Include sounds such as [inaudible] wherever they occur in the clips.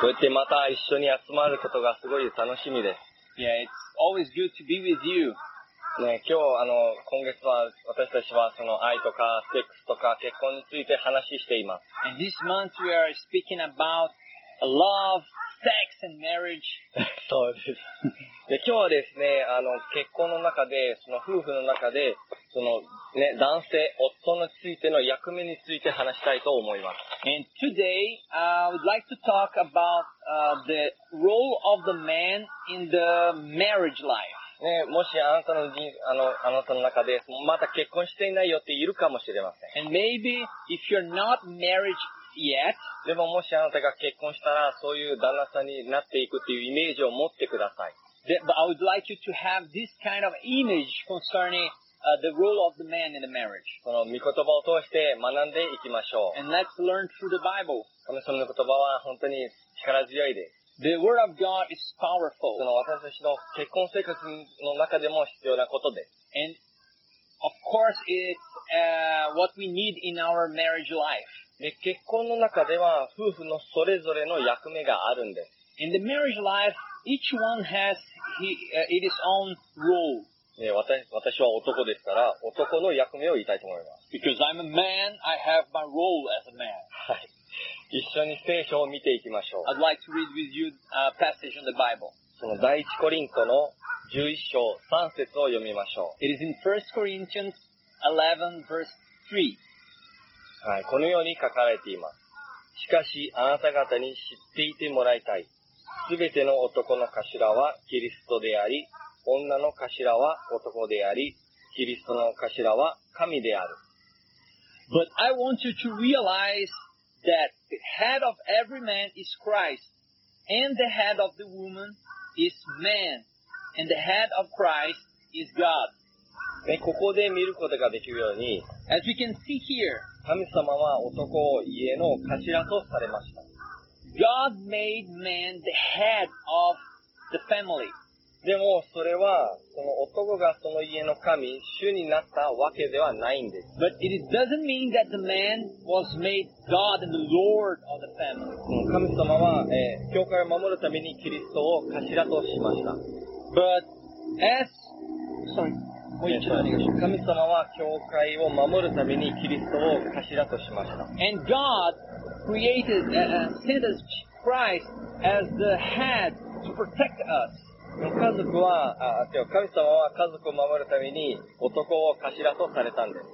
こうやってまた一緒に集まることがすごい楽しみです。 Yeah, it's always good to be with you. ね、今日、あの、今月は私たちはその愛とかセックスとか結婚について話しています。 And this month we are speaking about love, sex, and marriage. [laughs] そうです。で今日はですね、あの、結婚の中で、その夫婦の中で、そのね、男性、夫についての役目について話したいと思います。 And today uh, I would like to talk about uh, the role of the man in the marriage life. ね、もしあなたの人、あの、あなたの中で、まだ結婚していないよっているかもしれません。 And maybe if you're not married yet, でももしあなたが結婚したら、そういう旦那さんになっていくっていうイメージを持ってください。 th- but I would like you to have this kind of image concerning uh, the role of the man in the marriage. その御言葉を通して学んでいきましょう。 And let's learn through the Bible. 神様の言葉は本当に力強いです。 The Word of God is そ powerful. の私たちの結婚生活の中でも必要なことです。 And of course, it's uh, what we need in our marriage life. で、結婚の中では夫婦のそれぞれの役目があるんです。 In the marriage life, each one has he, uh, it its own role. で私私は男ですから、男の役目を言いたいと思います。 Because I'm a man, I have my role as a man. はい。一緒に聖書を見ていきましょう。 I'd like to read with you a passage in the Bible. その第一コリントの11章3節を読みましょ It is in 1 Corinthians 11, verse 3. う。はい。このように書かれています。しかし、あなた方に知っていてもらいたい。すべての男の頭はキリストであり、女の頭は男であり、キリストの頭は神である。 But I want you to realize that the head of every man is Christ, and the head of the woman is man, and the head of Christ is God. ね、ここで見ることができるように、 As we can see here, 神様は男を家の頭とされました。 God made man the head of the family. でも、それは、その男がその家の神、主になったわけではないんです。 But it doesn't mean that the man was made God and the Lord of the family. 神様は、えー教会を守るためにキリストを頭としました。 But as sorry, もう一度お願いします神様は教会を守るためにキリストを頭としました。 and God created uh, uh, sent us Christ as the head to protect us. 家族は、あ、違う神様は家族を守るために男を頭とされたんです。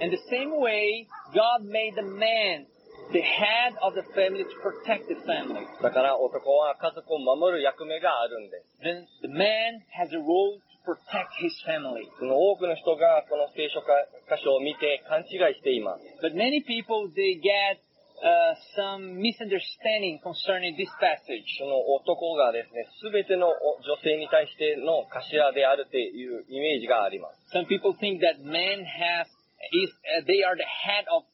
And the same way, God made the man the head of the family to protect the family. だから男は家族を守る役目があるんです。 Then the man has a role to protect his family. その多くの人がこの聖書箇所を見て勘違いしています。 But many people they get uh, some misunderstanding concerning this passage. その男がですね、すべてのお女性に対しての頭であるというイメージがあります。 Some people think that men has is uh, they are the head of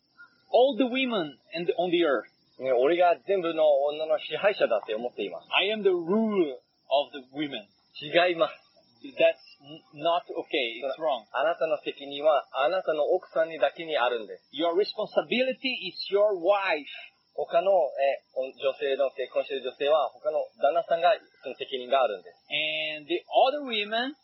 all the women and on the earth. ね、俺が全部の女の支配者だって思っています。 I am the ruler of the women. 違います。 That's n- not okay. It's wrong. あなたの責任はあなたの奥さんにだけにあるんです。 Your responsibility is your wife. 他の、えお女性の結婚している女性は他の旦那さんがその責任があるんです。 And the other women, uh,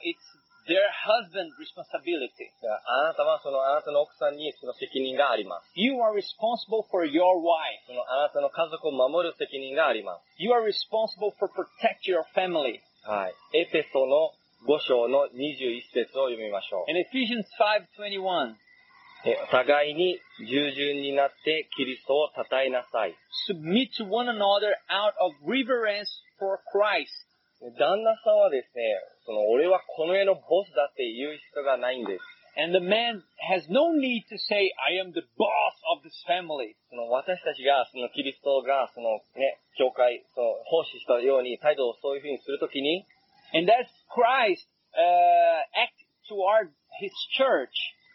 it's their husband responsibility. だからあなたはそのあなたの奥さんにその責任があります。 You are responsible for your wife. そのあなたの家族を守る責任がありま You are responsible for protect your family. す。はい。エペソの5章の21節を読みましょう。 In Ephesians 5:21, え互いに従順になってキリストを称えなさい。 submit to one another out of reverence for Christ. 旦那さんはですね、その俺はこの世のボスだって言う必要がないんです。 And the man has no need to say, I am the boss of this family. その私たちが、そのキリストが、そのね、教会、その奉仕したように態度をそういうふうにするときに、 And that's Christ uh, act toward his church.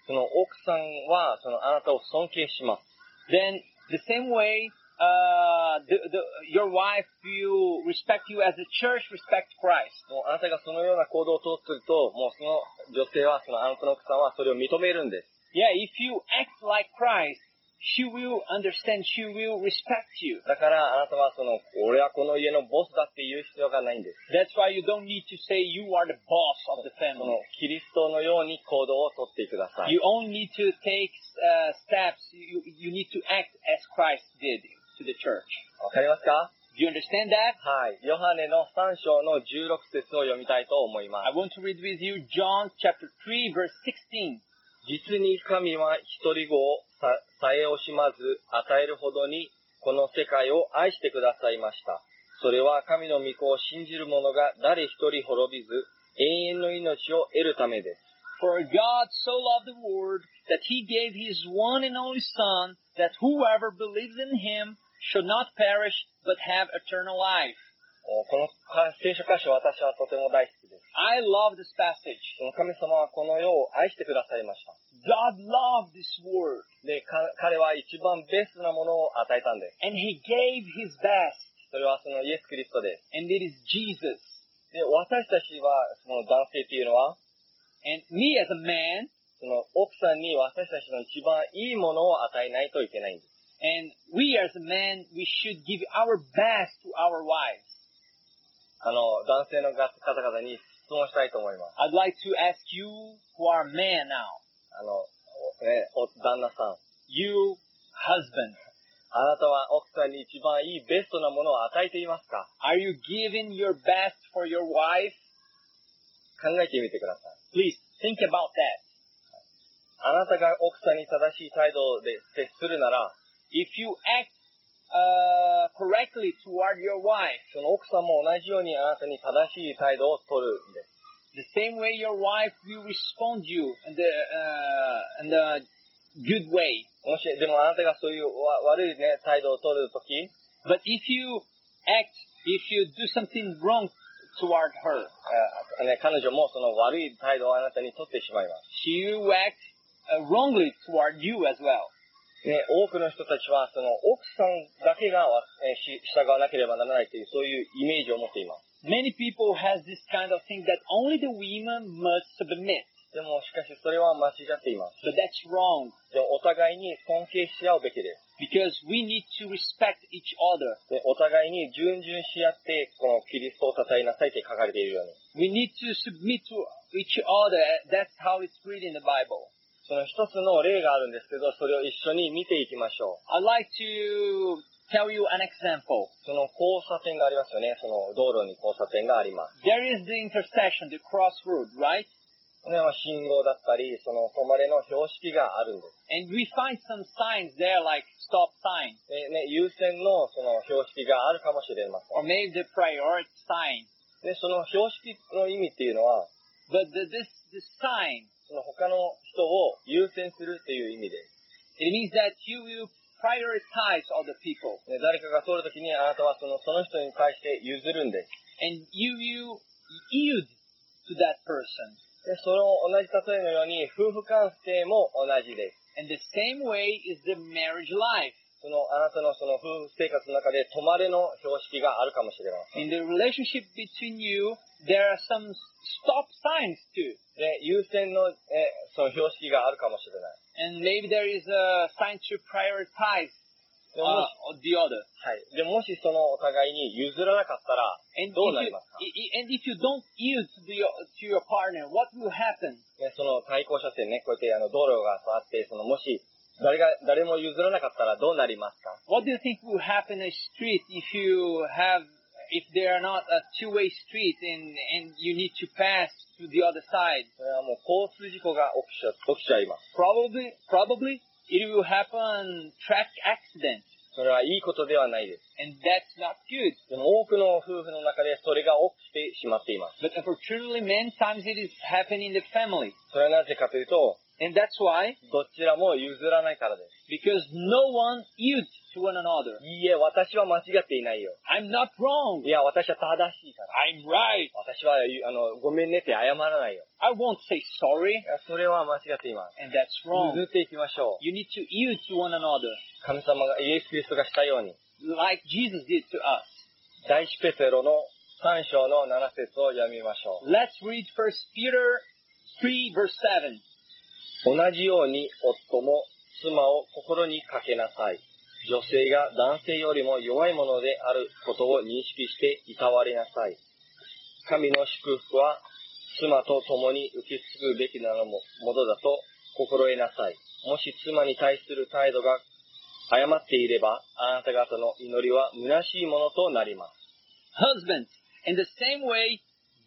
その奥さんは、そのあなたを尊敬します。 Then the same way uh, the, the, your wife will respect you as the church respects Christ. もうあなたがそのような行動をとってると、もうその女性は、そのあなたの奥さんはそれを認めるんです。 Yeah, if you act like Christ, She will understand. She will respect you. だからあなたはその、俺はこの家のボスだって言う必要がないんです。 That's why you don't need to say you are the boss of the そ family. の、キリストのように行動をとってください You。only need to take uh, steps. You, you need to act as Christ did to the church. わかりますか Do you understand that? はい。ヨハネの3章の16節を読みたいと思いま I す。 want to read with you John chapter 3 verse 16. 実に神は一人子をささえ惜しまず与えるほどにこの世界を愛してくださいました。それは神の御子を信じる者が誰一人滅びず永遠の命を得るためです。 For God so loved the world that he gave his one and only Son, that whoever believes in him should not perish but have eternal life. おこのか聖書箇所私はとても大好きです。 I love this passage. その神様はこの世を愛してくださいました。 God loved this world で、か彼は一番ベストなものを与えたんです。 and he gave his best, それはそのイエス・キリストです。 and it is Jesus. で、私たちは、その男性っていうのは、 And me as a man, その奥さんに私たちの一番いいものを与えないといけないんです。 and we as a man, we should give our best to our wives. あの、男性の方々に質問したいと思います。 I'd like to ask you who are men now, あの、おね、お旦那さん。 you husband, あなたは奥さんに一番いいベストなものを与えていますか are you giving your best for your wife? 考えてみてください。 Please think about that. あなたが奥さんに正しい態度で接するなら、 If you act uh, correctly toward your wife, その奥さんも同じようにあなたに正しい態度をとるんです。 the same way your wife will respond you in the uh, in the good way. もし、でもあなたがそういうわ悪いね、態度をとるとき、 But if you act, if you do something wrong toward her, あね、彼女もその悪い態度をあなたにとってしまいます。 she will act uh, wrongly toward you as well. ね、多くの人たちは、その、奥さんだけが、わえーし従わなければならないという、そういうイメージを持っています。 Many people has this kind of thing that only the women must submit, でも、しかし、それは間違っています。 but that's wrong でも、お互いに尊敬し合うべきで because we need to respect each other. す。で、お互いに順々し合って、このキリストを称えなさいって書かれているように。 We need to submit to each other. That's how it's read in the Bible. その一つの例があるんですけど、それを一緒に見ていきましょう。 I'd like to tell you an example. その交差点がありますよね。その道路に交差点があります。 There is the intersection, the crossroad, right? この辺は信号だったり、その止まれの標識があるんです。 And we find some signs there like stop sign でね、優先のその標識があるかもしれません。 or maybe the priority sign. で、その標識の意味っていうのは、 But the, this, this sign, その他の人を優先するっていう意味で it means that you will prioritize other people す。ね、誰かが通るときにあなたはそのその人に対して譲るんです。 and you will yield to that person. で、その同じ例えのように、夫婦関係も同じです。 And the same way is the marriage life. そのあなたのその夫婦生活の中で止まれの標識があるかもしれません。 In the relationship between you, there are some stop signs too. で、優先の、えその標識があるかもしれない。 And maybe there is a sign to prioritize で uh, もし、 the other. はい。で、もしそのお互いに譲らなかったら、 And if, どう you, なりますか、 i- i- and if you don't yield to, the, to your partner, what will happen? ね、その対向車線ね、こうやってあの道路があって、そのもし誰が、誰も譲らなかったらどうなりますか What do you think will happen in a street if you have, if there are not a two-way street and, and you need to pass to the other side? それはもう交通事故が起きちゃ、起きちゃいます。 Probably, probably it will happen track accident. それはいいことではないです。 And that's not good. でも多くの夫婦の中でそれが起きてしまっています。 But unfortunately, many times it is happening in the family. それはなぜかというと、 And that's why, どちらも譲らないからで because no one yields to one another. す。いいえ、私は間違っていないよ。 I'm not wrong. いや、私は正しいから。 I'm right. 私は、あの、ごめんねって謝らないよ。 I won't say い sorry. や、それは間違っています。 And that's wrong. 譲っていきましょう。 You need to yield to one another, 神様が、イエス・キリストがしたように。 like Jesus did to us. 第一ペテロの3章の7節を読みましょう。 Let's read First Peter 3, verse 7. 同じように夫も妻を心にかけなさい。女性が男性よりも弱いものであることを認識していたわれなさい。神の祝福は妻と共に受け継ぐべきなのもものだと心得なさい。もし妻に対する態度が誤っていれば、あなた方の祈りは虚しいものとなります。 Husbands, in the same way,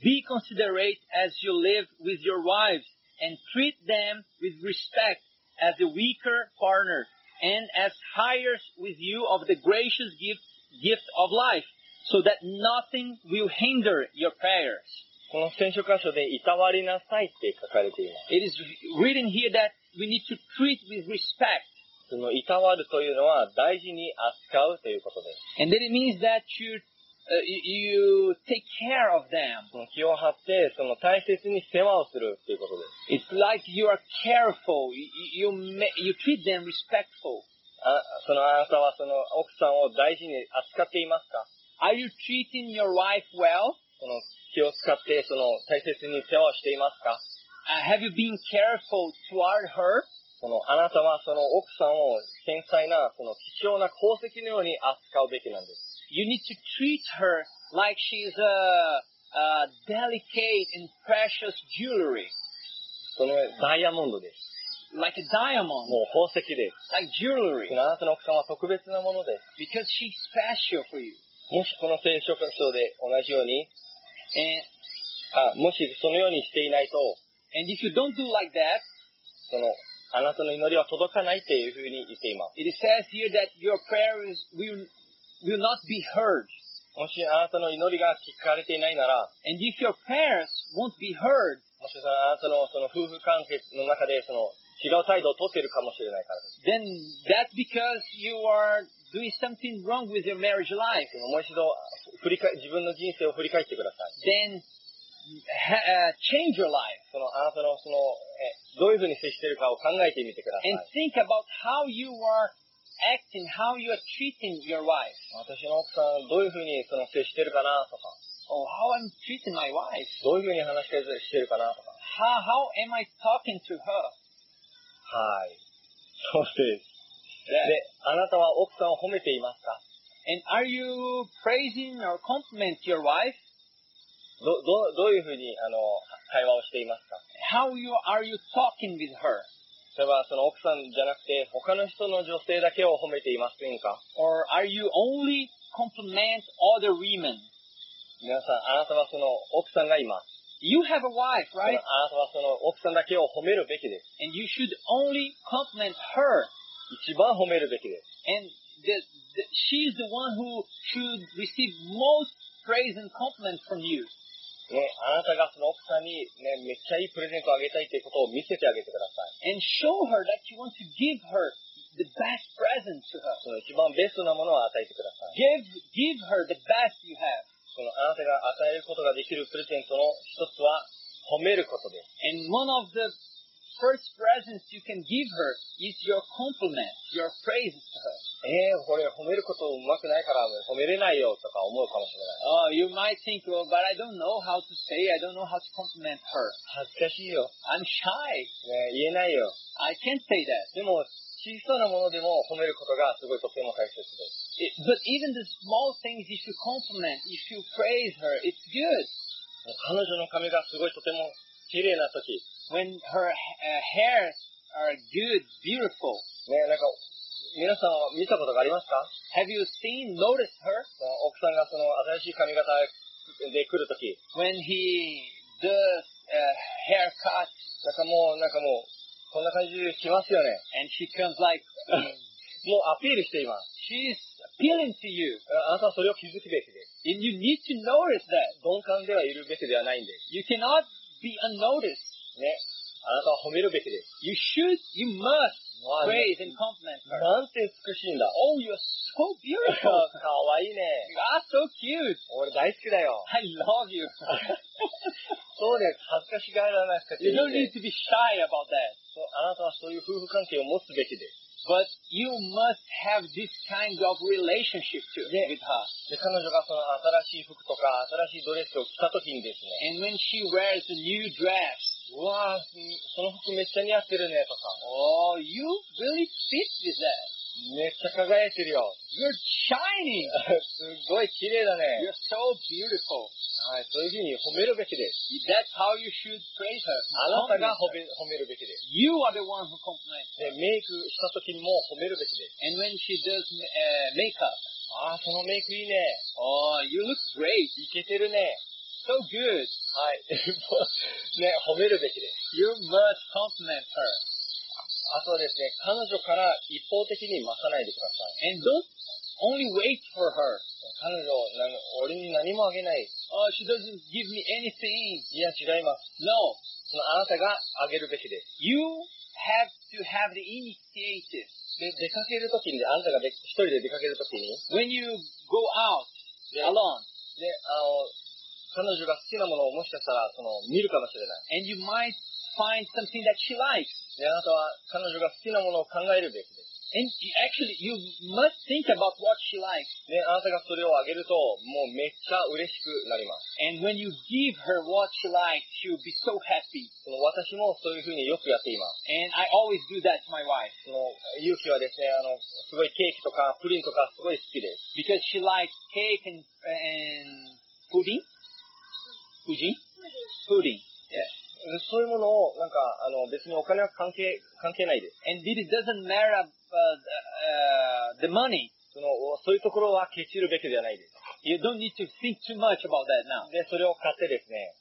be considerate as you live with your wives and treat them with respect as a weaker partner and as hires with you of the gracious gift, gift of life so that nothing will hinder your prayers. この聖書箇所で、いたわりなさいって書かれています。 It is written here that we need to treat with respect その、いたわるというのは大事に扱うということです。 and then it means that you, uh, you, you take care of them. その気を張って、その大切に世話をするということです。 It's like you are careful. You you, you ma- you treat them respectful. あそのあなたはその奥さんを大事に扱っていますか Are you treating your wife well? その気を使ってその大切に世話をしていますか Uh, have you been careful toward her? そのあなたはその奥さんを繊細なその貴重な宝石のように扱うべきなんです。 You need to treat her like she's a, a delicate and precious jewelry, そのダイヤモンドです。 like a diamond, もう宝石です。 like jewelry, そのあなたの奥さんは特別なものです。 because she's special for you. もしこの聖書箇所で同じように、 And あ、もしそのようにしていないと、 and if you don't do like that, そのあなたの祈りは届かないっていうふうに言っています。 it says here that your prayers will will not be heard. もしあなたの祈りが聞かれていないなら、 And if your prayers won't be heard, もしそのあなたのその夫婦関係の中でその違う態度をとっているかもしれないから then です。that's because you are doing something wrong with your marriage life. でももう一度振り返自分の人生を振り返ってください。 Then ha- uh, change your life そのあなたのそのえどういうふうに接しているかを考えてみてください。 and think about how you are acting, how you are treating your wife. 私の奥さんどういうふうにその接してるかなとか、 Oh, how I'm treating my wife. どういうふうに話してるかなとか。 How, how am I talking to her? はい。そうです。で、あなたは奥さんを褒めていますか And are you praising or compliment your wife? ど、ど、どういうふうに、あの、会話をしていますか How you are you talking with her? 例えば、その奥さんじゃなくて、他の人の女性だけを褒めていませんか Or are you only compliment other women? 皆さん、あなたはその奥さんがいます。 You have a wife, その right? あなたはその奥さんだけを褒めるべきです。 and you should only compliment her. 一番褒めるべきです。 And the, the, she's the one who should receive most praise and compliment from you. ね、あなたがその奥さんに、ね、めっちゃいいプレゼントをあげたいということを見せてあげてください。 And show her that you want to give her the best present to her. その一番ベストなものを与えてください。 Give, give her the best you have. そのあなたが与えることができるプレゼントの一つは、褒めることです。 And one of the first presents you can give her is your compliment, your praise to her. えー、これ褒めることうまくないから褒めれないよとか思うかもしれ Oh, you ない。might think, well, but I don't know how to say, I don't know how to compliment her. 恥ずかしいよ。 I'm shy. ね、言えないよ。 I can't say that. でも、小さなものでも褒めることがすごいとても大切です。 It, but even the small things, if you compliment, if you praise her, it's good. 彼女の髪がすごいとても綺麗な時、 When her uh, hairs are good, beautiful. ね、なんか、皆さんは見たことがありますか Have you seen, noticed her その奥さんがその新しい髪型で来る時、 when he does uh, haircut なんかもう、なんかもう、こんな感じで来ますよね。 and she comes like, um, もうアピールしています。 she's appealing to you. あなたはそれを気づくべきです。 And you need to notice that. 鈍感ではいるべきではないんです。 You cannot be unnoticed. ね。あなたは褒めるべきです。 You should, you must わあ praise and compliment her. [laughs] なんて美しいんだ。 Oh, you're so あ beautiful. [laughs] かわいいね。 You are so cute. 俺大好きだよ。 I love you. そうです。恥ずかしがらなくて You いいん don't need です to be shy about that. そうあなたはそういう夫婦関係を持つべきです。 But you must have this kind of relationship to, Yeah. with her. で、彼女がその新しい服とか新しいドレスを着た時にですね、 And when she wears a new dress, うわぁ、その服めっちゃ似合ってるねとか、 oh, you really fit with that. めっちゃ輝いてるよ。 You're shining. [laughs] すっごい綺麗だね。 You're so beautiful. はい、そういうふうに褒めるべきです。 That's how you should praise her. あなた Compliment が褒 her. め褒めるべきです。 You are the one who compliments. で、メイクした時にも褒めるべきです。 And when she does uh, makeup, ああ、そのメイクいいね。 oh, you look great. いけてるね。 So good. はい。 [laughs] ね、褒めるべきです。 You must compliment her. あとはですね、彼女から一方的に増さないでください。 And don't only wait for her. 彼女、なん俺に何もあげない。い Oh, she doesn't give me anything. や、違います。 No. そのあなたがあげるべきです。 You have to have the initiative. で、出かけるときに、あなたがで一人で出かけるときに、 When you go out alone, で、あの、彼女が好きなものをもしかしたら、その、見るかもしれない。 and you might find something that she likes. で、あなたは彼女が好きなものを考えるべきです。 And you- actually, you must think about what she likes. で、あなたがそれをあげると、もうめっちゃ嬉しくなります。 And when you give her what she likes, she'll be so happy. その私もそういうふうによくやっています。 And I always do that to my wife その、ゆうきはですね、あの、すごいケーキとかプリンとかすごい好きです。 because she likes cake and, and pudding. Pudding? Pudding. でそういうものを、なんか、あの、別にお金は関係、関係ないです。 And it doesn't matter uh, uh, the money. その、そういうところはケチるべきではないです。 You don't need to think too much about that now. で、それを買ってですね、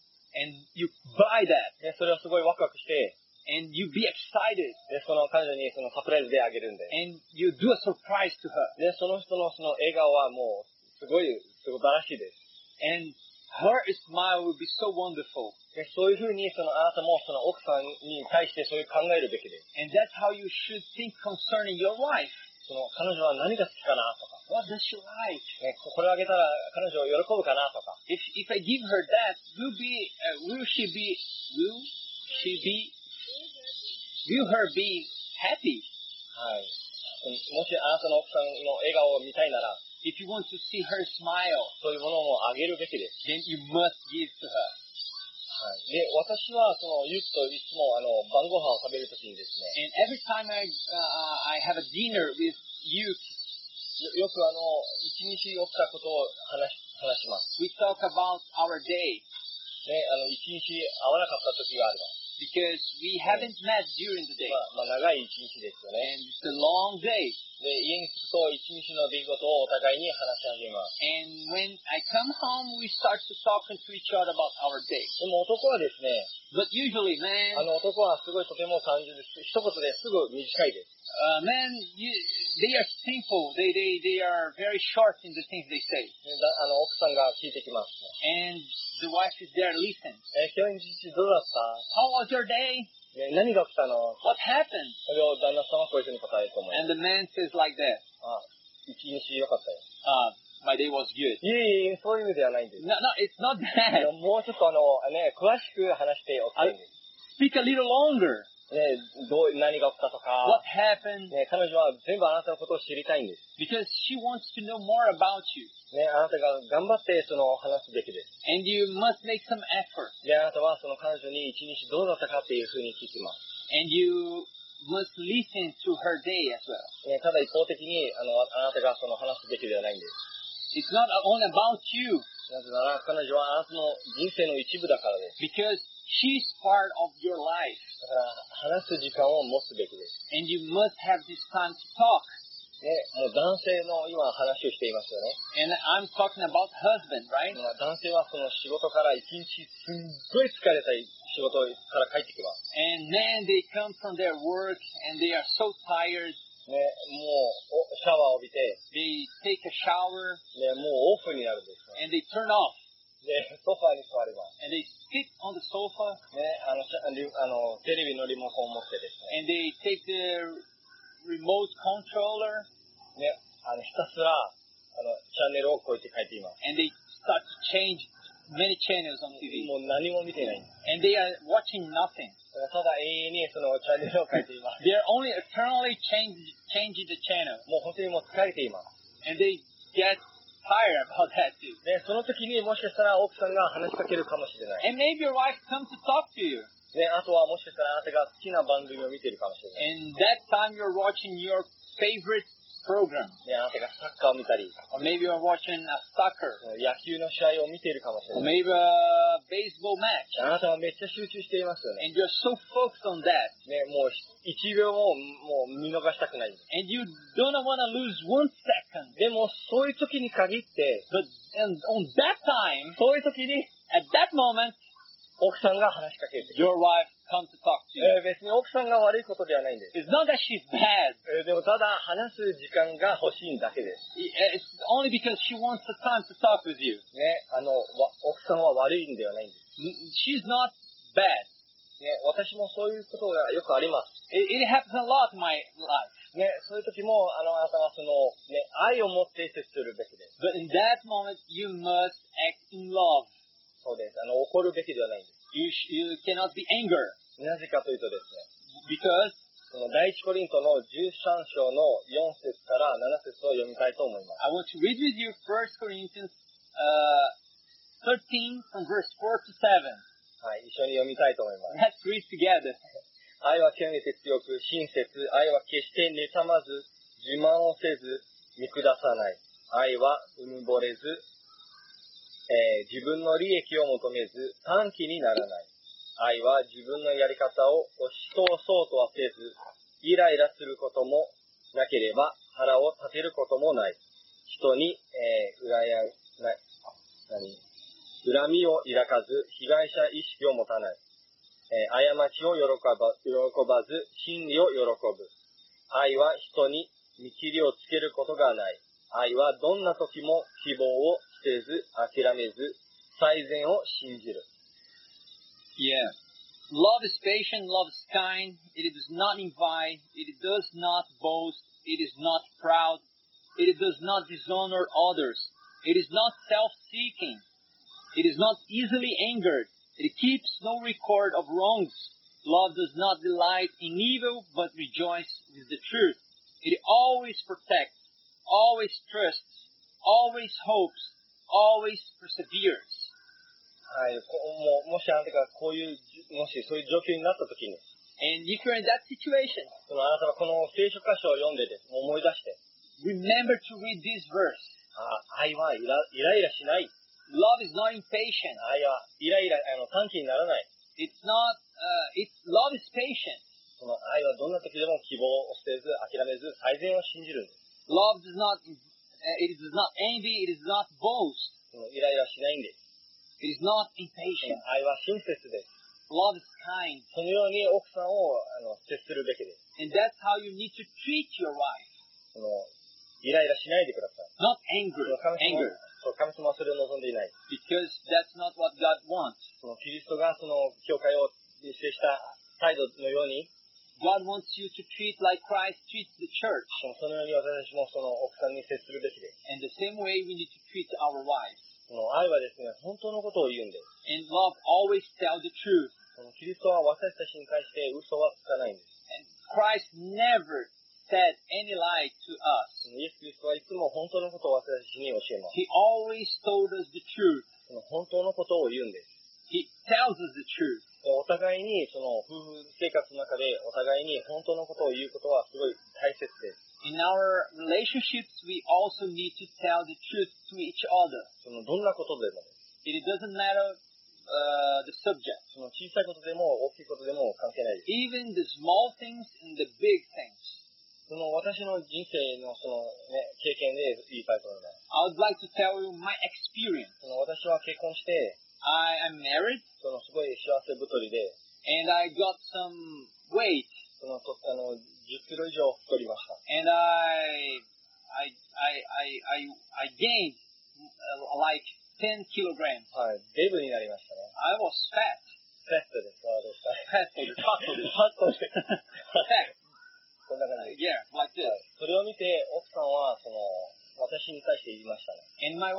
And you buy that. で、それをすごいワクワクして、 And you be excited. で、その彼女にそのサプライズであげるんで。 And you do a surprise to her. で、その人のその笑顔はもう、すごい素晴らしいです。 And her smile will be so wonderful. でそういうふうに、そのあなたもその奥さんに対してそういう考えるべきです。 And that's how you should think concerning your wife. その彼女は何が好きかなとか、 What does she like? ね、ここれをあげたら彼女喜ぶかなとか、 If if I give her that, will be uh, will she be will she be will her be happy? はい。うんもしあなたの奥さんの笑顔を見たいなら、 If you want to see her smile, そういうものもあげるべきです。 then you must give to her. はい。で、私はその、ゆきといつもあの、晩ご飯を食べるときにですね、 And every time I uh, I have a dinner with you, よよくあの、一日起きたことを話し、話します。 we talk about our day ね、あの、一日会わなかった時があります。 because we haven't met during the day, まあ、まあ、長い一日ですよね。 and it's a long day. で、家に着くと一日の出来事をお互いに話し始めます。 And when I come home, we start to talking to each other about our day. でも男はですね、 But usually, man, あの男はすごいとても単純です。一言ですぐ短いです。 uh, man, you, they are simple. They, they, they are very short in the things they say. でだあの奥さんが聞いてきます、 And the wife is there listening. え、今日一日どうだっ How was your day? た、ね、何が起きたの What happened? それを旦那さんはこういうふうに答えると思い And ます。 the man says like that. あ、一日良かったよ。 Uh, my day was good. いえいえ、そういうのではないんです。 No, no, it's not [laughs] あ that. のもうちょっとあの、ね、詳しく話しておきたいんです。 Speak a little longer. ね、どう、何が起きたと What か、 happened? ね、彼女は全部あなたのことを知りたいんです。 Because she wants to know more about you. ね、あなたが頑張ってその話すべきです。 And you must make some effort. で、あなたはその彼女に一日どうだったかっていうふうに聞きます。 And you must listen to her day as well. ね、ただ一方的にあのあなたがその話すべきではないんです。 It's not only about you. なぜなら彼女はあなたの人生の一部だからです。 because she's part of your life だから話す時間を持つべきです。 and you must have this time to talk ね、もう男性の今話をしていますよ and i'm talking about husband right ね。まあ男性はその仕事から一日すっごい疲れた仕事から帰ってきます。 and man they come from their work and they are so tired ね、もうおシャワーを浴びて、 they take a shower ね、もうオフになるんですね。 and they turn off で、ソファーに座ります。 and they sit on the sofa ね、あの、しゃリあのテレビのリモコンを持ってですね、 and they take their remote controller ね、あの、ひたすら、あの、チャンネルをこうやって変えています。 and they start to change many channels on TV, もう何も見てないんです。 and they are watching nothing. ただ永遠にそのチャンネルを変えています。 They are only eternally change, changing the channel, [laughs] もう本当にもう疲れています。 and they get tired about that too. で、その時にもしかしたら奥さんが話しかけるかもしれない。 And maybe your wife comes to talk to you, ね、あとはもしかしたらあなたが好きな番組を見てるかもしれない。 and that time you're watching your favorite program, ね、あなたがサッカーを見たり、 or maybe you're watching a soccer, 野球の試合を見ているかもしれ or ない。 maybe a baseball match, あなたはめっちゃ集中していますよね。 and you're so focused on that, ね、もう一秒ももう見逃したくない。 and you don't want to lose one second. でも、そういう時に限って、 But and on that time, そういう時に at that moment, 奥さんが話しかける。 your wife comes to talk to you. えー別に奥さんが悪いことではないんです。 It's not that she's bad. えーでも、ただ話す時間が欲しいだけです。 It's only because she wants the time to talk with you. ね、あの、わ奥さんは悪いんではないんで N- She's not bad. す。ね、私もそういうことがよくあります。 It, it happens a lot in my life. ね、そういう時も、あの、あなたはその、ね、愛を持って接するべきです。 But in that moment, you must act in love. そうです。あの、怒るべきではないんです。 You, sh- you cannot be anger なぜかというとですね、 because その、第一コリントの13章の4節から7節を読みたいと思います。 I want to read with you 1 Corinthians uh, 13 from verse 4 to 7. はい、一緒に読みたいと思いま Let's す。read together. 愛は極めて強く、親切。愛は決して妬まず、自慢をせず、見下さない。愛はうぬぼれず、えー自分の利益を求めず、短気にならない。愛は自分のやり方を押し通そうとはせず、イライラすることもなければ、腹を立てることもない。人に、えー、うらや、な、何恨みを抱かず、被害者意識を持たない。えー過ちを喜ば喜ばず、真理を喜ぶ。愛は人に見切りをつけることがない。愛はどんな時も希望を捨てず、諦めず、最善を信じる。 Yeah. Love is patient, love is kind, it does not invite, it does not boast, it is not proud, it does not dishonor others, it is not self-seeking, it is not easily angered, it keeps no record of wrongs. Love does not delight in evil, but rejoices with the truth. It always protects, always trusts, always hopes, always perseveres. はい、こもうもしあなたがこういう、じもしそういう状況になった時に、 And if you're in that situation, そのあなたはこの聖書箇所を読んでです、思い出して、 Remember to read this verse. あ愛はイライライラしない。 Love is not impatient. 愛はイライラ、あの、短気にならない。 It's not. Uh, it's love is patient. その愛はどんな時でも希望を捨てず、諦めず、最善を信じるんです。 Love does not. Uh, it does not envy. It does not boast. そのイライラしないんです。 It is not そ impatient. の愛は親切です。 Love is kind, そのように奥さんをあの接するべきです。 and that's how you need to treat your wife. そのイライラしないでください。 Not anger. その神様 Anger, そう神様はそれを望んでいない。 because that's not what God wants. そのキリストがその教会を立成した態度のように、 God wants you to treat like Christ treats the church, そのそのように私たちもその奥さんに接するべきです。 and the same way we need to treat our wives. その愛はですね、本当のことを言うんです。 And love always tells the truth. そのキリストは私たちに対して嘘はつかないんです。 And Christ never said any lie to us. そのイエス・キリストはいつも本当のことを私たちに教えます。 He always told us the truth. その本当のことを言うんです。 He tells us the truth. お互いに、その、夫婦生活の中で、お互いに本当のことを言うことはすごい大切です。 In our relationships, we also need to tell the truth to each other. その、どんなことでもです。 It doesn't matter uh, the subject, その、小さいことでも、大きいことでも関係ないです。 even the small things and the big things. その、私の人生の、その、ね、経験で言いたいと思います。 I would like to tell you my experience. その、私は結婚して、 I am married その、すごい幸せ太りで、 and I got some weight その、とあの、10キロ以上太りました。 and I I I I I, I gained uh, like 10 kilograms. はい。デブになりました [laughs] ね。 I was fat. ファットです。ワードした。 Fat, fat, ファット [laughs] です。 fat. こんな感じです。 yeah, like this. それを見て、奥さんは、その、私に対して言いましたね。 And my wife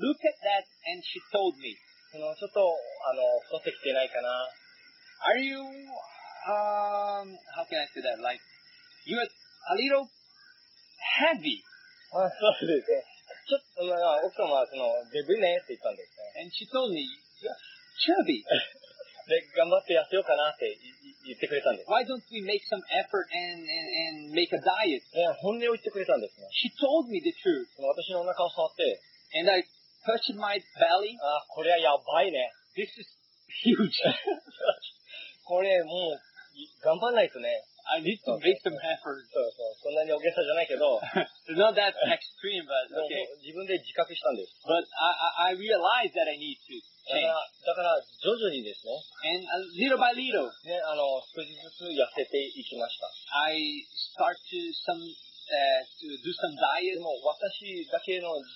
looked at that and she told me, そのちょっと、あの、太ってきてないかな。 Are you, um, how can I say that? Like, you're a little heavy. あそうですね。ちょっと、まあ、奥様はその、デブいねって言ったんですね。 And she told me, you're chubby. で、頑張って痩せようかなっていい言ってくれたんです。 Why don't we make some effort and, and, and make a diet? で本音を言ってくれたんですね。 She told me the truth. その私のお腹を触って、 And I touched my belly. あこれはやばいね。 [laughs] This is huge. [laughs] これもう、い頑張んないとね。 I need to make some effort. [laughs] そうそう、そんなに大げさじゃないけど、 Not that extreme, but でも okay. 自分で自覚したんです。 But I, I, I realized that I need to だか change. ら、だから徐々にですね、 And uh, little by little, ね、あの、少しずつ痩せていきました。 I start to some uh, to do some で diet, も、私だけの自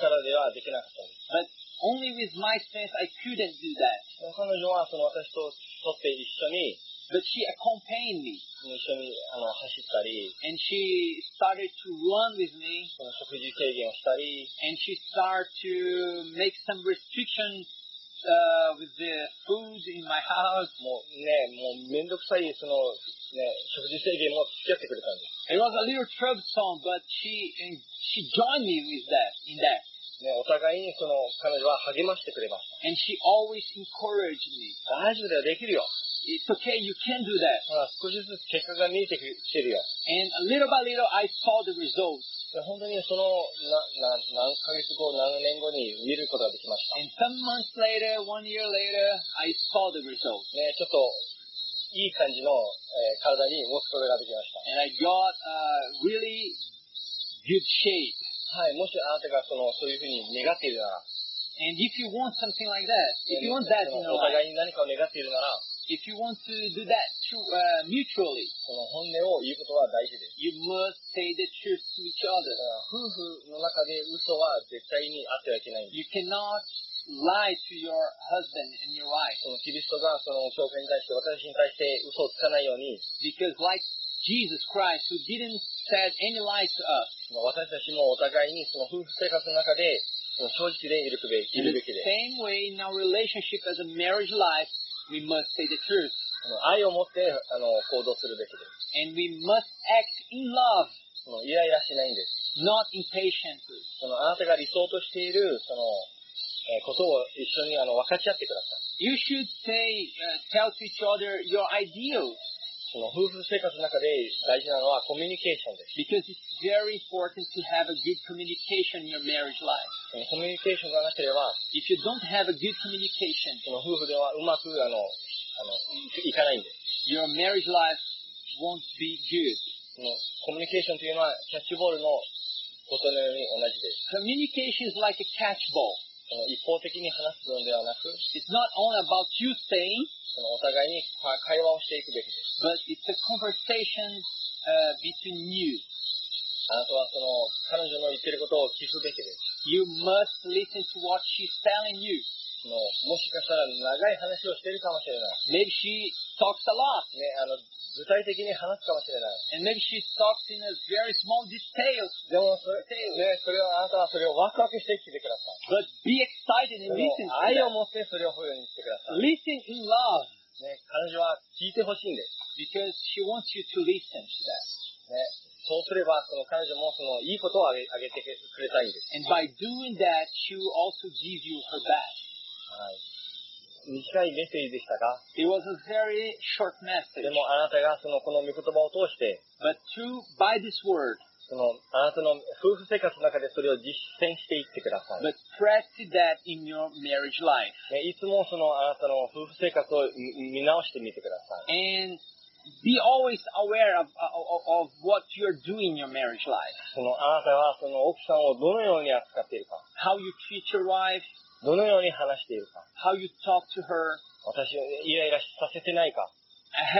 力ではできなかったんです。 but only with my strength I couldn't do that. でも彼女は、その私ととって一緒に、 But she accompanied me 一緒にあの走ったり、 and she started to run with me その食事制限をしたり、 and she started to make some restrictions uh, with the food in my house. もうね、もうめんどくさい、その、ね、食事制限も付き合ってくれたんで It was a little troublesome, but she and she joined me with that in that, す。ね、お互いにその、彼女は励ましてくれまし and she always encouraged me. た。大丈夫だよ、できるよ。 It's okay, you can do that. ほら、少しずつ結果が見えてきてるよ。 And little by little, I saw the results. で本当にその、な、な、何ヶ月後、何年後に見ることができました。 And some months later, one year later, I saw the results. ね、ちょっと、いい感じの、えー体に持つことができました。 And I got uh, really good shape. はい、もしあなたがその、そういうふうに願っているなら、 And if you want something like that, if you want that そ in your のお life, 互いに何かを願っているなら、 if you want to do that to, uh, mutually, その本音を言うことは大事です。 you must say the truth to each other. だから夫婦の中で嘘は絶対にあってはいけないんです。 You cannot lie to your husband and your wife そのキリストがその教会に対して、私に対して嘘をつかないように、 because, like Jesus Christ, who didn't said any lies to us, その私たちもお互いにその夫婦生活の中で、その正直でいるべき in い the るべきで、 same way in our relationship as a marriage life, we must say the truth その愛を持ってあの行動するべきです。 and we must act in love, そのイライラしないんです。 not impatiently. そのあなたが理想としているその、えーことを一緒にあの分かち合ってください。 You should say, uh, tell to each other your ideals その夫婦生活の中で大事なのはコミュニケーションです。 because it's very important to have a good communication in your marriage life. そのコミュニケーションがなければ、 If you don't have a good communication, その夫婦ではうまくあのあのいいかないんです。 your marriage life won't be good. そのコミュニケーションというのはキャッチボールのことのように同じです。 Communication is like a catch ball. その一方的に話すのではなく、 It's not only about you saying, そのお互いにか会話をしていくべきです。 but it's a conversation uh, between you. あなたはその彼女の言ってることを聞くべきです。 You must listen to what she's telling you. そのもしかしたら長い話をしてるかもしれな Maybe い。she talks a lot, ね、あの具体的に話すかもしれな and い。maybe she talks in a very small details. でもそれ、ね、それをあなたはそれをワクワクして生きてくださ But い。be excited and その listen. to 愛を that. 持ってそれを捕虜にしてください。ね、 Listen in love 彼女は聞いてほしいんです。 because she wants you to listen to that. ね、そうすれば、その彼女もそのいいことをあげあげてくれたいんです。 And by doing that, she will also give you her back. はい。短いメッセージでしたが、 It was a very short message, でもあなたがそのこの御言葉を通して、 but through by this word, そのあなたの夫婦生活の中でそれを実践していってください。 but practice that in your marriage life. ね、いつもそのあなたの夫婦生活を見見直してみてください。 And be always aware of, of, of what you're doing in your marriage life. そのあなたはその奥さんをどのように扱っているか、 How you treat your wife, どのように話しているか、 how you talk to her. 私をイライラさせてないか、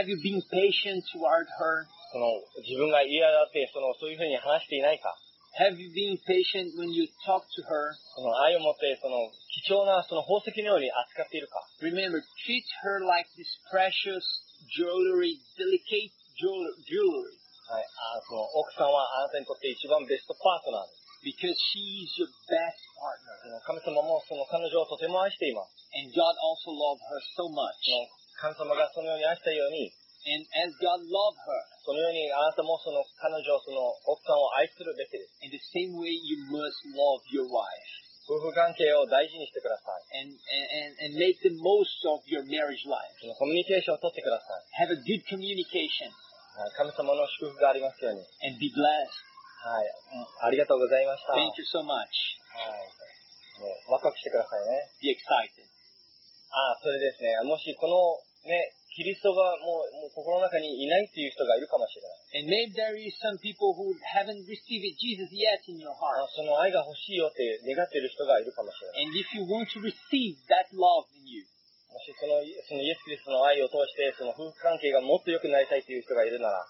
Have you been patient toward her? その自分が嫌だってそのそういうふうに話していないか、 Have you been patient when you talk to her? その愛を持ってその貴重なその宝石のように扱っているか、 Remember, treat her like this precious jewelry, delicate jewel- jewelry. はい、あその奥さんはあなたにとって一番ベストパートナーです。 because she is your best partner. もう神様もその彼女をとても愛しています。 And God also loved her so much. もう神様がそのように愛したように、 And as God loved her, そのようにあなたもその彼女、その奥さんを愛するべきです。 in the same way you must love your wife 夫婦関係を大事にしてください。 and, and, and make the most of your marriage life. そのコミュニケーションをとってくださ Have a good communication い。はい、神様の祝福がありますように。 and be blessed. はい、うんありがとうございました。はい Thank you so much. もうワクワクしてくださいね。 Be excited. ああ、それですね。もしこのね、キリストがもうもう心の中にいないっていう人がいるかもしれな And い。maybe there is some people who haven't received Jesus yet in your あ heart. その愛が欲しいよって願っている人がいるかもしれない。 And if you want to receive that love in you, もしそのそのイエス・キリストの愛を通して、その夫婦関係がもっと良くなりたいという人がいるなら、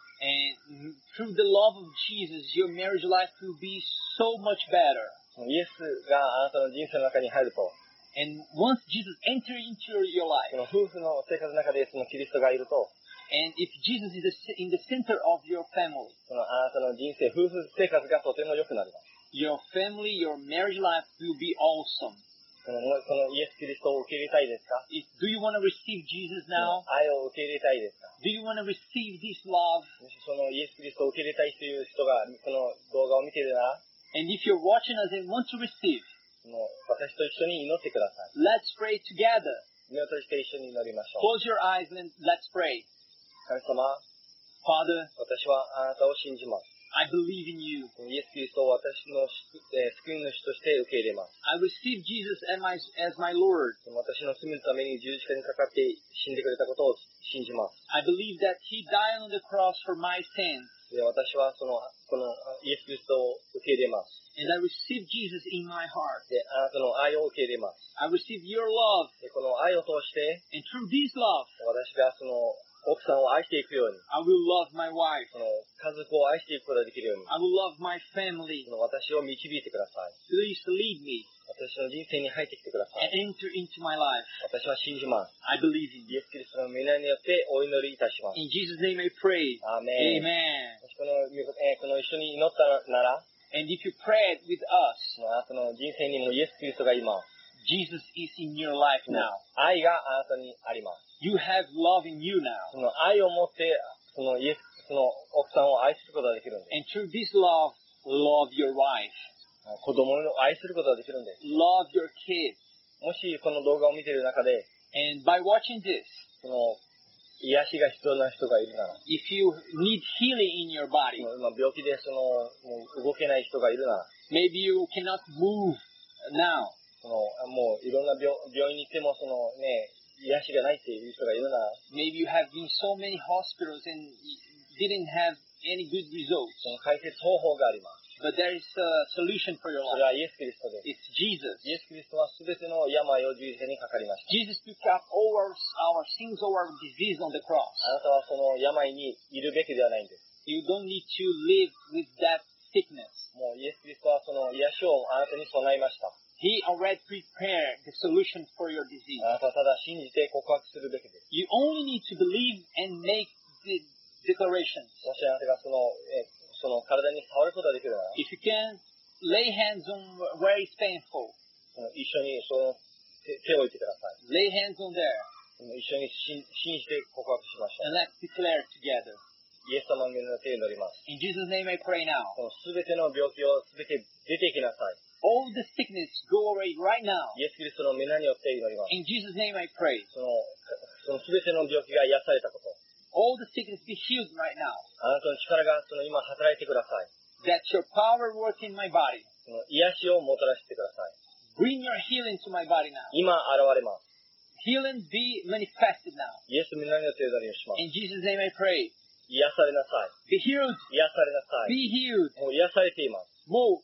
and through the love of Jesus, your marriage life will be so much better. そのイエスがあなたの人生の中に入ると、 And once Jesus enters into your- your そ life, の夫婦の生活の中でそのキリストがいると、 and if Jesus is the c- in the center of your family, そのあなたの人生、夫婦生活がとても良くなります。 your family, your marriage life will be awesome. そのもうそのイエス・キリストを受け入れたいですか If, do you want to receive Jesus そ now? の愛を受け入れたいですか Do you want to receive this love? もしそのイエス・キリストを受け入れたいという人が、この動画を見ているなら、 And if you're watching us and want to receive, その私と一緒に祈ってください。 let's pray together. 祈りとして一緒に祈りましょう。 Close your eyes and let's pray. 神様、 Father, 私はあなたを信じます。 I believe in you. イエス・キリストを私の救えー救い主として受け入れます。 I receive Jesus as my, as my Lord. 私の罪のために十字架にかかって死んでくれたことを信じます。 I believe that He died on the cross for my sins. で私はその、このイエス・キリストを受け入れます。 And I receive Jesus in my heart. で、あなたの愛を受け入れます。 I receive your love. で、この愛を通して、 And through this love, 私がその奥さんを愛していくように、 I will love my wife. その家族を愛していくことができるように、 I will love my family. その私を導いてください。 Please lead me 私の人生に入ってきてください。 and enter into my life. 私は信じます。 I believe in イ you. エス・キリストの皆によってお祈りいたします。 In Jesus' name I pray. アーメン。 Amen. もしこの、えーこの一緒に祈ったなら、 And if you prayed with us, あなたの人生にもイエス・キリストがいます。 Jesus is in your life その now. 愛があなたにあります。 You have love in you now. その愛を持って、そのイエス、その奥さんを愛することができるんです。 And through this love, love your wife. 子供を愛することができるんです。 Love your kids. もしこの動画を見ている中で、 And by watching this, その、癒しが必要な人がいるなら、 if you need healing in your そ body, の今病気でその、もう動けない人がいるなら、 maybe you cannot move now. その、もういろんな病病院に行っても、そのね、癒しがないっていう人がいるなら、 Maybe you have been so many hospitals and didn't have any good results. その解決方法があります。 But there is a solution for your そ life. れはイエス・キリストです。 It's Jesus. イエス・キリストは全ての病を十字架にかかりました。 Jesus took up all our, our sins, all our disease on the cross. あなたはその病にいるべきではないんです。 You don't need to live with that sickness. もうイエス・キリストはその癒しをあなたに備えました。 He already prepared the solution for your disease. あなたはただ信じて告白するべきです。 You only need to believe and make the declarations. もしあなたがその、えその体に触ることができるなら、 If you can, lay hands on where it's painful. その一緒にその手手を置いてくださ Lay い。hands on there その一緒に信信じて告白しましょ and let's declare together. う。イエス様の皆の手に乗ります。 In Jesus' name I pray now. この全ての病気を全て出ていきなさい。 All the sickness go away right now. イエス・キリストの皆によって祈ります。 In Jesus' name I pray. その、その全ての病気が癒されたこと。 All the sickness be healed right now. あなたの力がその今働いてください。 That your power work in my body. その癒しをもたらしてくださ Bring your healing to my body now. い。今現れます。 Healing be manifested now. イエス皆によって祈りをします。 In Jesus' name I pray. 癒されなさ Be healed. い。癒されなさい。 Be healed. もう癒されています。 Move.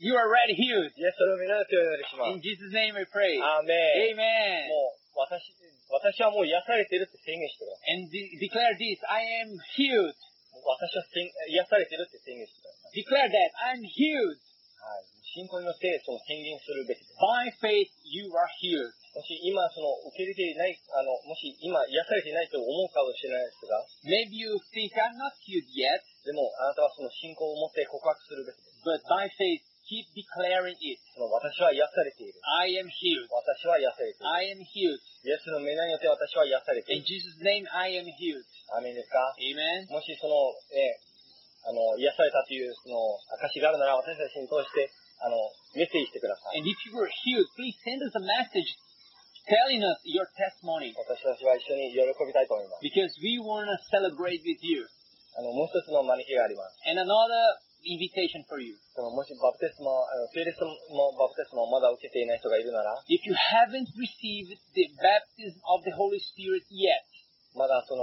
You are already healed. イエスの皆によってお祈りしま In Jesus' name I pray. す。アーメン。 Amen. もう私、私はもう癒されてるって宣言してください。 And de- declare this I am healed. もう私は宣癒されてるって宣言してくださ Declare that I'm healed. い。はい。信仰によってその宣言するべきです。 By faith, you are healed. もし今その受け入れていない、あの、もし今癒されていないと思うかもしれないですが、 Maybe you think I'm not healed yet, でもあなたはその信仰を持って告白するべきです。 but by faith, keep declaring it. その私は癒されている。 I am healed. 私は癒されている。 I am healed. イエスの皆によって私は癒されてい In る。 Jesus' name, I am healed. アーメンですか Amen. もしその、ね、あの、癒されたという、その、証があるなら、私たちに通して、あの、メッセージしてください。 And if you were healed, please send us a message telling us your testimony 私たちは一緒に喜びたいと思います。 because we want to celebrate with you. あの、もう一つの招きがあります。 And another invitation for you. その、もしバプテスマ、あの、聖霊もバプテスマをまだ受けていない人がいるなら、 If you haven't received the baptism of the Holy Spirit yet, まだその、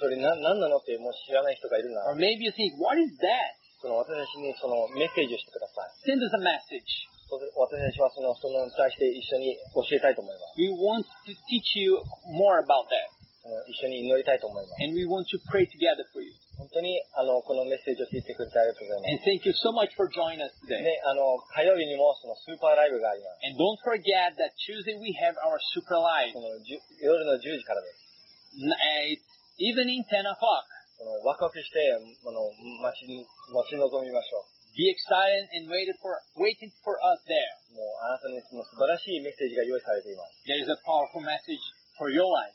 それな、何なのってもし知らない人がいるな or ら、 maybe you think, what is that? その、私たちにその、メッセージをしてください。 Send us a message. それ私たちはその、その、対して一緒に教えたいと思います。 We want to teach you more about that. あの一緒に祈りたいと思います。 And we want to pray together for you. 本当に、あの、このメッセージを聞いてくれてありがとうございま And。す thank you so much for joining us today. ね、あの、火曜日にもそのスーパーライブがあります。 And don't forget that Tuesday we have our Super Live. そのじゅ夜の10時からです。 N- uh, It's evening 10 o'clock. そのワクワクして、あの、待ちに、待ち望みましょ Be excited and waited for, waiting for us there. う。もう、あなたにその素晴らしいメッセージが用意されています。 There is a powerful message for your life.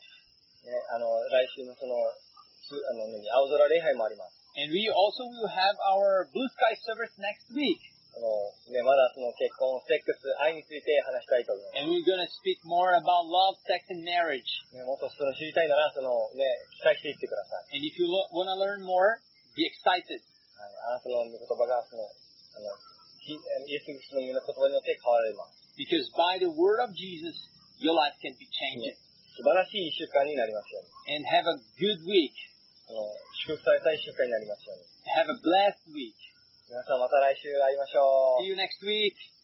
ね、あの、来週のその、すあの、何青空礼拝もあります。 And we also will have our Blue Sky service next week. あの、ね、まだその結婚、セックス、愛について話したいと思います。 And we're going to speak more about love, sex, and marriage. ね、もっとその知りたいなら、その、ね、期待していってください。 And if you lo- want to learn more, be excited. はい、あなたの御言葉が、その、あの、ひイエス・キリストの御言葉によって変わられます。 Because by the word of Jesus, your life can be ね changed. 素晴らしい一週間になりますように。 And have a good week. あの、祝福された一週間になりますように。 Have a blessed week. 皆さんまた来週会いましょう See。you next week.